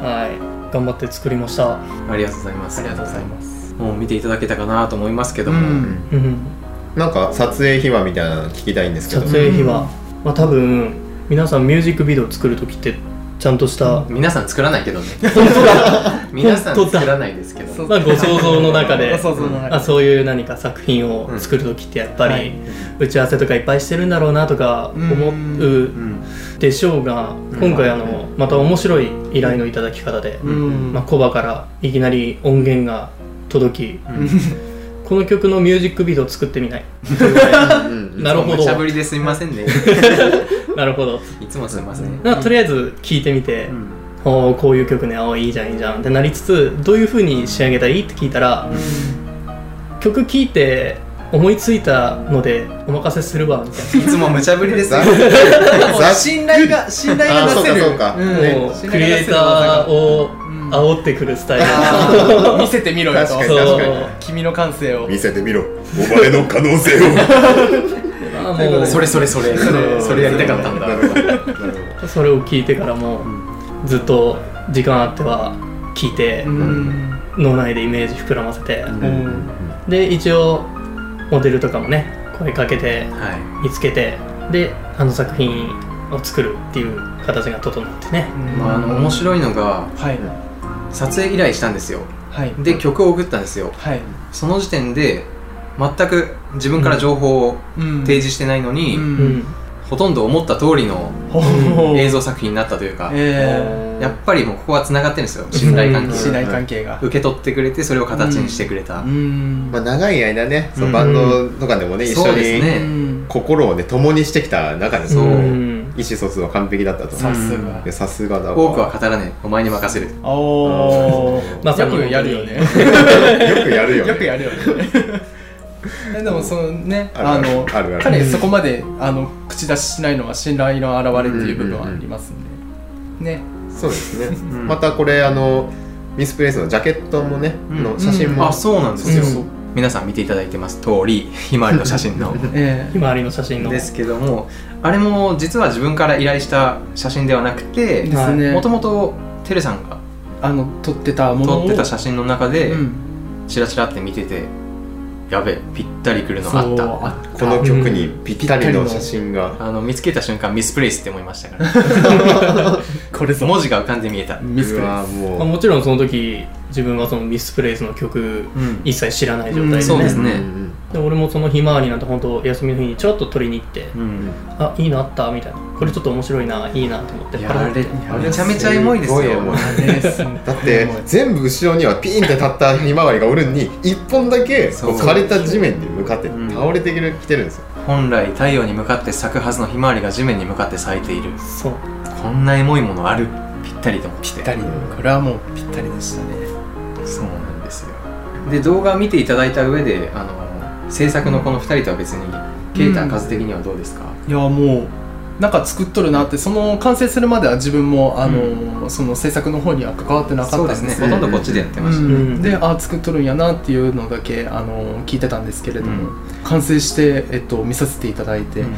[SPEAKER 4] はい頑張って作りました
[SPEAKER 1] ありがとうございます
[SPEAKER 2] ありがとうございます
[SPEAKER 1] もう見ていただけたかなと思いますけど
[SPEAKER 2] う
[SPEAKER 1] も、
[SPEAKER 2] ん
[SPEAKER 4] うん
[SPEAKER 3] なんか撮影秘話みたいなの聞きたいんですけ
[SPEAKER 4] 撮
[SPEAKER 3] ど
[SPEAKER 4] 影費は、まあ、多分皆さんミュージックビデオ作る時ってちゃんとした、
[SPEAKER 1] 皆さん作らないけ どね 皆さん作らないですけど
[SPEAKER 2] そう
[SPEAKER 4] まあ、ご想像の中で
[SPEAKER 2] ご想像の中で
[SPEAKER 4] あそういう何か作品を作る時ってやっぱり、
[SPEAKER 2] うんはい
[SPEAKER 4] 打ち合わせとかいっぱいしてるんだろうなとか思う
[SPEAKER 1] うん
[SPEAKER 4] でしょうが、今回あのまた面白い依頼のいただき方で、
[SPEAKER 2] うん
[SPEAKER 4] まあ、コバからいきなり音源が届き、この曲のミュージックビデオ作ってみ ないなるほ
[SPEAKER 1] 無
[SPEAKER 4] ど
[SPEAKER 1] 茶ぶりですみません ね
[SPEAKER 4] なるほど
[SPEAKER 1] いつもすみませんね
[SPEAKER 4] なとりあえず聴いてみて、おーこういう曲ねあーいいじゃんいいじゃんってなりつつどういう風に仕上げたらいいって聞いたら、曲聴いて思いついたのでお任せするわみ た
[SPEAKER 1] いつも無茶ぶりですよ
[SPEAKER 2] 信頼が信頼
[SPEAKER 3] あー
[SPEAKER 2] が
[SPEAKER 3] そう
[SPEAKER 2] 出
[SPEAKER 3] か
[SPEAKER 2] せる
[SPEAKER 3] そうか、
[SPEAKER 2] うん
[SPEAKER 4] いな、もうクリエイターを煽ってくるスタイル
[SPEAKER 2] あー見せてみろよと
[SPEAKER 3] 確かに
[SPEAKER 4] そう
[SPEAKER 3] 確かに
[SPEAKER 2] 君の感性を
[SPEAKER 3] 見せてみろお前の可能性を
[SPEAKER 4] あーもう
[SPEAKER 1] それそれそれそれそれやりたかったんだ
[SPEAKER 3] なるほどなるほど
[SPEAKER 4] それを聞いてからもずっと時間あっては聞いて、
[SPEAKER 2] うん
[SPEAKER 4] 脳内でイメージ膨らませて、
[SPEAKER 2] うん
[SPEAKER 4] で一応モデルとかもね声かけて
[SPEAKER 1] は
[SPEAKER 4] 見つけてであの作品を作るっていう形が整ってね
[SPEAKER 1] い、まあ、あの面白いのが
[SPEAKER 2] はい
[SPEAKER 1] 撮影依頼したんですよ
[SPEAKER 2] はい
[SPEAKER 1] で曲を送ったんですよ
[SPEAKER 2] はい
[SPEAKER 1] その時点で全く自分から情報を提示してないのに、
[SPEAKER 4] う
[SPEAKER 2] 示
[SPEAKER 4] ん
[SPEAKER 1] ほとんど思った通りの
[SPEAKER 2] ほう
[SPEAKER 1] 映像作品になったというか、
[SPEAKER 2] え
[SPEAKER 1] やっぱりもうここはつながってるんですよ信頼関
[SPEAKER 2] ー
[SPEAKER 1] 係
[SPEAKER 2] 信頼関係が
[SPEAKER 1] 受け取ってくれてそれを形にしてくれた、
[SPEAKER 2] ん
[SPEAKER 3] まあ、長い間ねそううんバンドとかでもね、一
[SPEAKER 1] そ
[SPEAKER 3] 緒
[SPEAKER 1] うです
[SPEAKER 3] に
[SPEAKER 1] ね
[SPEAKER 2] うん
[SPEAKER 3] 心をね共にしてきた中で
[SPEAKER 1] そうん
[SPEAKER 3] 意思疎通は完璧だったと
[SPEAKER 2] さ
[SPEAKER 1] う
[SPEAKER 2] す
[SPEAKER 1] ん
[SPEAKER 2] が
[SPEAKER 3] いやさすがだわ
[SPEAKER 1] 多くは語らねえお前に任せる
[SPEAKER 2] お ー
[SPEAKER 4] まさに
[SPEAKER 2] よくやるよね
[SPEAKER 3] よくやるよ、ね、
[SPEAKER 2] よくやる よねえでもそのね
[SPEAKER 3] あるあ
[SPEAKER 2] あ
[SPEAKER 3] る
[SPEAKER 2] の
[SPEAKER 3] あるある
[SPEAKER 2] 彼そこまであの口出ししないのは信頼の表れっていう部分はありますんでね
[SPEAKER 3] そうですね、
[SPEAKER 1] ん
[SPEAKER 3] またこれあのミスプレイスのジャケットもね、
[SPEAKER 1] うん
[SPEAKER 3] の写真も、
[SPEAKER 1] あそうなんですよ、
[SPEAKER 4] そうそう
[SPEAKER 1] 皆さん見ていただいてます通りひまわりの写真の
[SPEAKER 2] え
[SPEAKER 4] ひまわりの写真の
[SPEAKER 1] ですけどもあれも実は自分から依頼した写真ではなく
[SPEAKER 2] え
[SPEAKER 1] て
[SPEAKER 2] ですね
[SPEAKER 1] もともとてるさんが
[SPEAKER 2] あの撮ってたもの
[SPEAKER 1] 撮
[SPEAKER 2] を
[SPEAKER 1] ってた写真の中で
[SPEAKER 2] うん
[SPEAKER 1] チラチラって見ててやべえぴったりくるの
[SPEAKER 2] そう
[SPEAKER 1] あった
[SPEAKER 2] あっ
[SPEAKER 3] こ
[SPEAKER 2] た
[SPEAKER 3] の曲にぴったりの写真が、
[SPEAKER 1] あの見つけた瞬間ミスプレイスって思いましたから これ文字が浮かんで見えた、
[SPEAKER 3] う
[SPEAKER 2] ミスプレイ
[SPEAKER 3] わ
[SPEAKER 4] まあ、
[SPEAKER 3] もう
[SPEAKER 4] もちろんその時自分はそのミスプレイスの曲
[SPEAKER 1] うん
[SPEAKER 4] 一切知らない状態で,、ね
[SPEAKER 2] うん
[SPEAKER 1] そうです
[SPEAKER 3] うん
[SPEAKER 1] ね
[SPEAKER 3] うん
[SPEAKER 4] で俺もそのひまわりなんて本当休みの日にちょろっと撮りに行って、
[SPEAKER 1] うん
[SPEAKER 4] あいいのあったみたいなこれちょっと面白いないいなと思って
[SPEAKER 1] い
[SPEAKER 4] パ
[SPEAKER 1] や
[SPEAKER 4] ラ
[SPEAKER 1] あ
[SPEAKER 4] ッ
[SPEAKER 1] れ
[SPEAKER 4] て
[SPEAKER 2] あれ
[SPEAKER 1] めちゃめちゃエモいですよ
[SPEAKER 3] すごいエモい
[SPEAKER 2] です
[SPEAKER 3] だって全部後ろにはピンって立ったひまわりがおるのに一本だけこ
[SPEAKER 1] そう
[SPEAKER 3] う枯れた地面に向かって
[SPEAKER 1] うん
[SPEAKER 3] 倒れてきてるんですよ、
[SPEAKER 1] 本来太陽に向かって咲くはずのひまわりが地面に向かって咲いている
[SPEAKER 4] そう
[SPEAKER 1] こんなエモいものあるぴったりと思って
[SPEAKER 2] ぴったりこれはもうぴったりでしたね
[SPEAKER 1] そうなんですよで動画を見ていただいた上であの制作のこの2人とは別にケイター数的にはどうですか、
[SPEAKER 2] いやもうなんか作っとるなってその完成するまでは自分もあの、その制作の方には関わってなか
[SPEAKER 1] そ
[SPEAKER 2] っ
[SPEAKER 1] うで
[SPEAKER 2] たん
[SPEAKER 1] す
[SPEAKER 2] で
[SPEAKER 1] ね
[SPEAKER 2] す
[SPEAKER 1] ほとんどこっちでやってました、
[SPEAKER 4] うん
[SPEAKER 2] であ作っとるんやなっていうのだけあの聞いてたんですけれども、
[SPEAKER 1] う
[SPEAKER 2] 完成して、えっと、見させていただいて、
[SPEAKER 1] うん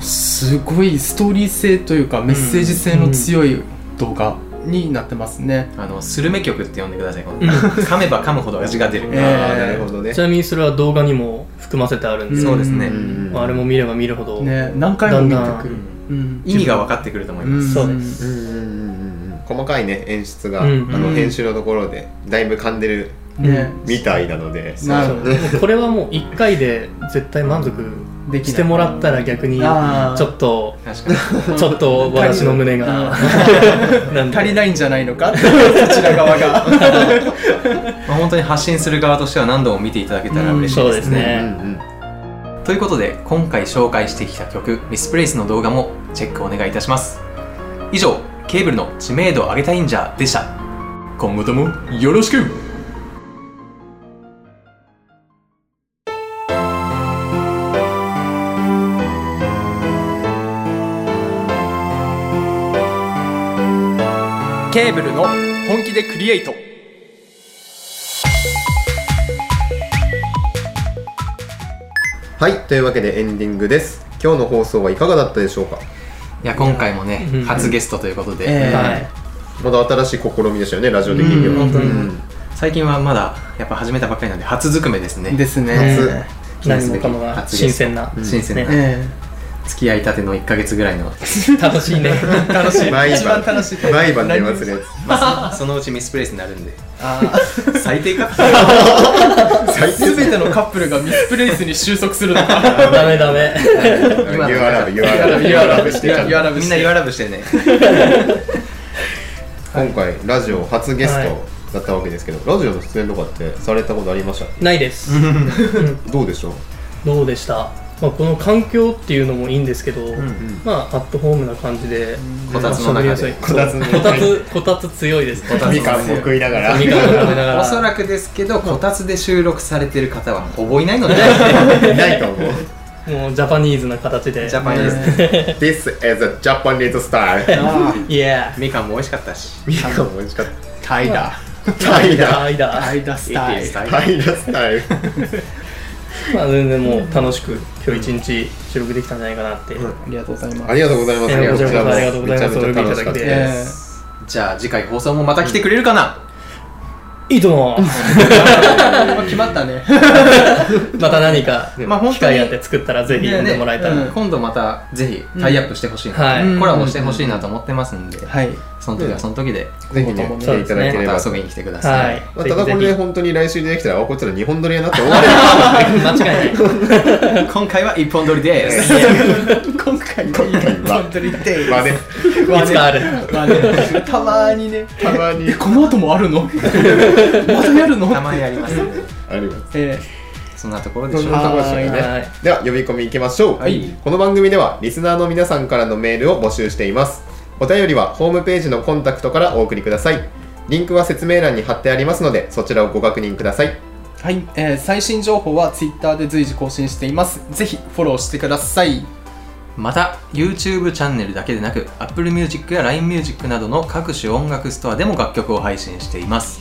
[SPEAKER 2] すごいストーリー性というかメッセージ性の強い動画になってますね
[SPEAKER 1] あのスルメ曲って呼んでくださいこの
[SPEAKER 4] うん
[SPEAKER 1] 噛めば噛むほど味が出る、
[SPEAKER 2] えー
[SPEAKER 3] ああなるほどね
[SPEAKER 4] ちなみにそれは動画にも含ませてあるんです
[SPEAKER 1] そうですね、
[SPEAKER 3] うん
[SPEAKER 4] まああれも見れば見るほど、
[SPEAKER 2] ね何回も見てくるうん
[SPEAKER 1] 意味が分かってくると思います、
[SPEAKER 4] そうです
[SPEAKER 3] うんうんうんうんうん細かいね演出が、
[SPEAKER 4] うん
[SPEAKER 3] あ
[SPEAKER 2] う
[SPEAKER 3] の
[SPEAKER 2] ん
[SPEAKER 3] 編集のところでだいぶ噛んでる
[SPEAKER 2] ね
[SPEAKER 3] みたいなので、
[SPEAKER 2] なる
[SPEAKER 4] そう
[SPEAKER 2] ほ
[SPEAKER 4] でもこれはもう1回で絶対満足
[SPEAKER 2] どでき
[SPEAKER 4] してもらったら逆にち
[SPEAKER 2] あー
[SPEAKER 4] ょっと
[SPEAKER 1] 確かに
[SPEAKER 4] ちょっと私の胸が なんで
[SPEAKER 2] 足りないんじゃないのか ってそちら側が
[SPEAKER 1] まあ、本当に発信する側としては何度も見ていただけたら嬉しい
[SPEAKER 4] そう
[SPEAKER 1] で
[SPEAKER 4] ですす
[SPEAKER 1] ね。
[SPEAKER 3] うん
[SPEAKER 4] ね、
[SPEAKER 3] うん
[SPEAKER 1] ということで今回紹介してきた曲「ミスプレイス」の動画もチェックお願いいたします。以上ケーブルの知名度を上げたいんじゃでした。今後ともよろしく
[SPEAKER 2] ケーブルの本気でクリエイト
[SPEAKER 3] はいというわけでエンディングです今日の放送はいかがだったでしょうか
[SPEAKER 1] いや今回もね
[SPEAKER 4] うん
[SPEAKER 1] 初ゲストということで、
[SPEAKER 2] えー
[SPEAKER 4] はい
[SPEAKER 3] まだ新しい試みでしたよねラジオ的には、
[SPEAKER 1] うん本当に
[SPEAKER 3] うん
[SPEAKER 1] 最近はまだやっぱ始めたばっかりなんで初ずくめですね。
[SPEAKER 2] です
[SPEAKER 3] 初
[SPEAKER 2] ね
[SPEAKER 4] 何もかもが
[SPEAKER 1] 初ゲ
[SPEAKER 4] 新
[SPEAKER 1] スト
[SPEAKER 4] 鮮な、
[SPEAKER 1] 新鮮な、
[SPEAKER 4] ね
[SPEAKER 2] え
[SPEAKER 1] 付き合いたての1か月ぐらいの、
[SPEAKER 4] 楽しいね
[SPEAKER 2] え楽し
[SPEAKER 3] 毎
[SPEAKER 2] い
[SPEAKER 3] 晩
[SPEAKER 2] 一番楽しい
[SPEAKER 3] 毎晩電話するやつ
[SPEAKER 1] まあ、そのうちミスプレイスになるんで
[SPEAKER 2] あ
[SPEAKER 1] 最 低か
[SPEAKER 2] あ全てのカップルがミスプレイスに収束するのか
[SPEAKER 4] ダメダメ
[SPEAKER 1] 今
[SPEAKER 3] You are love, you are love, you are love してちゃんと
[SPEAKER 1] みんな言わラブしてね
[SPEAKER 3] 今回ラジオ初ゲス
[SPEAKER 4] はい
[SPEAKER 3] トだったわけですけど、ラジオの出演とかってされたことありました
[SPEAKER 4] ないです
[SPEAKER 3] どうでしょう
[SPEAKER 4] どうでした、まあ、この環境っていうのもいいんですけど、
[SPEAKER 1] ん
[SPEAKER 4] まあアットホームな感じで、
[SPEAKER 1] こたつの中で
[SPEAKER 4] こたつこたつこたつ強いですね
[SPEAKER 1] たつ
[SPEAKER 3] みかんも食いながら
[SPEAKER 4] みかんを食べながら
[SPEAKER 1] おそらくですけどこたつで収録されてる方はほぼいない ので
[SPEAKER 3] いないと思う
[SPEAKER 4] もうジャパニーズな形で
[SPEAKER 1] ジャパニーズね
[SPEAKER 3] This is a Japanese style
[SPEAKER 4] イエ
[SPEAKER 1] みかんも美味しかったし
[SPEAKER 3] みかんも美味しかった
[SPEAKER 2] タイだ
[SPEAKER 4] ー
[SPEAKER 3] タイだ
[SPEAKER 4] イだ
[SPEAKER 2] タイだスタイル
[SPEAKER 3] タイだスタイル
[SPEAKER 4] まあ全然もう楽しく今日一日収録できたんじゃないかなって、
[SPEAKER 2] ありがとうございます
[SPEAKER 3] ありがとうございます
[SPEAKER 4] いやこちらこそ
[SPEAKER 3] も
[SPEAKER 4] ありがとうございます
[SPEAKER 3] めちゃめちゃ楽しかった
[SPEAKER 4] お
[SPEAKER 3] で
[SPEAKER 2] え
[SPEAKER 3] す
[SPEAKER 1] じゃあ次回放送もまた来てくれるかな、
[SPEAKER 4] いいと思う
[SPEAKER 2] え決まったね
[SPEAKER 4] また何か
[SPEAKER 1] まあ本
[SPEAKER 4] 機
[SPEAKER 1] 当に
[SPEAKER 4] 会あって作ったらぜひ読んでもらえたら、
[SPEAKER 2] ねね
[SPEAKER 1] 今度またぜひタイアップしてほしいな、
[SPEAKER 4] はい
[SPEAKER 1] コラボしてほしいなと思ってますんで、
[SPEAKER 2] はい
[SPEAKER 1] その時はその時で
[SPEAKER 3] ぜひね来ていただければ
[SPEAKER 1] ま
[SPEAKER 3] と
[SPEAKER 1] た遊びに来てくださ、
[SPEAKER 4] はいい、
[SPEAKER 3] まあ、ただこれ
[SPEAKER 4] ぜひ
[SPEAKER 3] で
[SPEAKER 4] ぜ
[SPEAKER 3] 本当に来週できたら、あこいつら日本撮りやなって思われ る。
[SPEAKER 4] ひ 間違いない
[SPEAKER 1] 今回は一本撮りです
[SPEAKER 2] 今回も
[SPEAKER 3] 今回は
[SPEAKER 2] 本当にデイ
[SPEAKER 3] まあね、
[SPEAKER 4] いつかある
[SPEAKER 2] まあね たまーにね
[SPEAKER 3] たまに
[SPEAKER 2] えこの後もある のまたやるの
[SPEAKER 1] たまにありますんで
[SPEAKER 3] あります。
[SPEAKER 2] え
[SPEAKER 1] そんなところで
[SPEAKER 3] そ
[SPEAKER 1] しょ
[SPEAKER 3] ん
[SPEAKER 1] う
[SPEAKER 3] な
[SPEAKER 1] か
[SPEAKER 3] ところでしたね。
[SPEAKER 4] はい
[SPEAKER 3] では呼び込みいきましょう、
[SPEAKER 1] はい
[SPEAKER 3] この番組ではリスナーの皆さんからのメールを募集していますお便りはホームページのコンタクトからお送りくださいリンクは説明欄に貼ってありますのでそちらをご確認ください
[SPEAKER 2] ーはい、えー最新情報は Twitter で随時更新していますぜひフォローしてください
[SPEAKER 1] また YouTube チャンネルだけでなく Apple Music や LINE Music などの各種音楽ストアでも楽曲を配信しています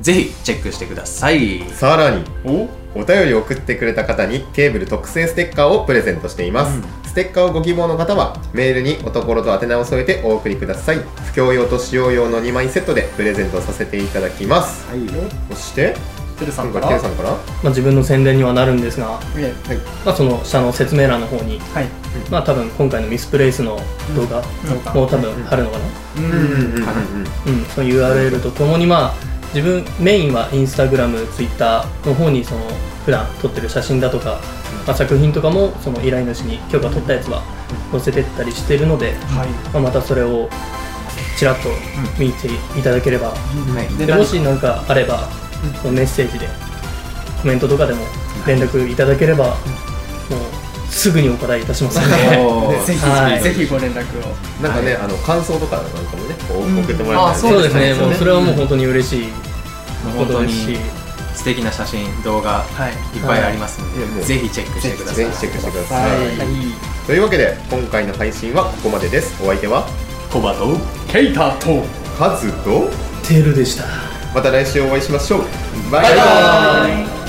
[SPEAKER 1] ぜひチェックしてください
[SPEAKER 3] さらに
[SPEAKER 2] お
[SPEAKER 3] お便りを送ってくれた方にケーブル特製ステッカーをプレゼントしています、ステッカーをご希望の方はメールにおところと宛名を添えてお送りください不況用と使用用の2枚セットでプレゼントさせていただきます
[SPEAKER 2] はいよ
[SPEAKER 3] そして
[SPEAKER 2] てるさ
[SPEAKER 3] なん
[SPEAKER 2] んか
[SPEAKER 3] からケンさんから
[SPEAKER 4] まあ、自分の宣伝にはなるんですが、
[SPEAKER 2] え
[SPEAKER 4] まあ、その下の説明欄の方に、
[SPEAKER 2] ーはい
[SPEAKER 4] まあ、多分今回のミスプレイスの動画も多分あるのかな、
[SPEAKER 2] う
[SPEAKER 3] うんうんう
[SPEAKER 2] ん
[SPEAKER 3] んうん
[SPEAKER 4] うん、その URL とともに、まあ、自分メインはインスタグラムツイッターの方にその普段撮ってる写真だとか、まあ、作品とかもその依頼主に今日が撮ったやつは載せてったりしてるので、
[SPEAKER 2] はい
[SPEAKER 4] まあ、またそれをちらっと見ていただければ、
[SPEAKER 1] はい
[SPEAKER 2] で
[SPEAKER 4] でもし何かあれば、そのメッセージでコメントとかでも連絡いただければ、もうすぐにお答えいたしますので、
[SPEAKER 1] おー
[SPEAKER 2] ぜひ、
[SPEAKER 4] はい
[SPEAKER 2] ぜひご連絡を
[SPEAKER 3] なんかね、あの感想とかなんかもね、こう送ってもらえたら、ね
[SPEAKER 1] あ
[SPEAKER 4] そうですね
[SPEAKER 1] そうですね
[SPEAKER 4] もうそれはもう本当に嬉しいこ
[SPEAKER 1] 本
[SPEAKER 4] と
[SPEAKER 1] 当
[SPEAKER 4] で
[SPEAKER 1] に
[SPEAKER 4] すし、
[SPEAKER 1] 素敵な写真動画
[SPEAKER 2] はい
[SPEAKER 1] いっぱいありますので、
[SPEAKER 3] はいいやもう
[SPEAKER 1] ぜひチェックしてください
[SPEAKER 3] ぜひチェックしてください。
[SPEAKER 2] はい、
[SPEAKER 3] というわけで、今回の配信はここまでです。お相手は
[SPEAKER 1] コバと
[SPEAKER 2] ケイターと
[SPEAKER 3] カズと、
[SPEAKER 4] テールでした。
[SPEAKER 3] また来週お会いしましょう。バイバイ。
[SPEAKER 2] イ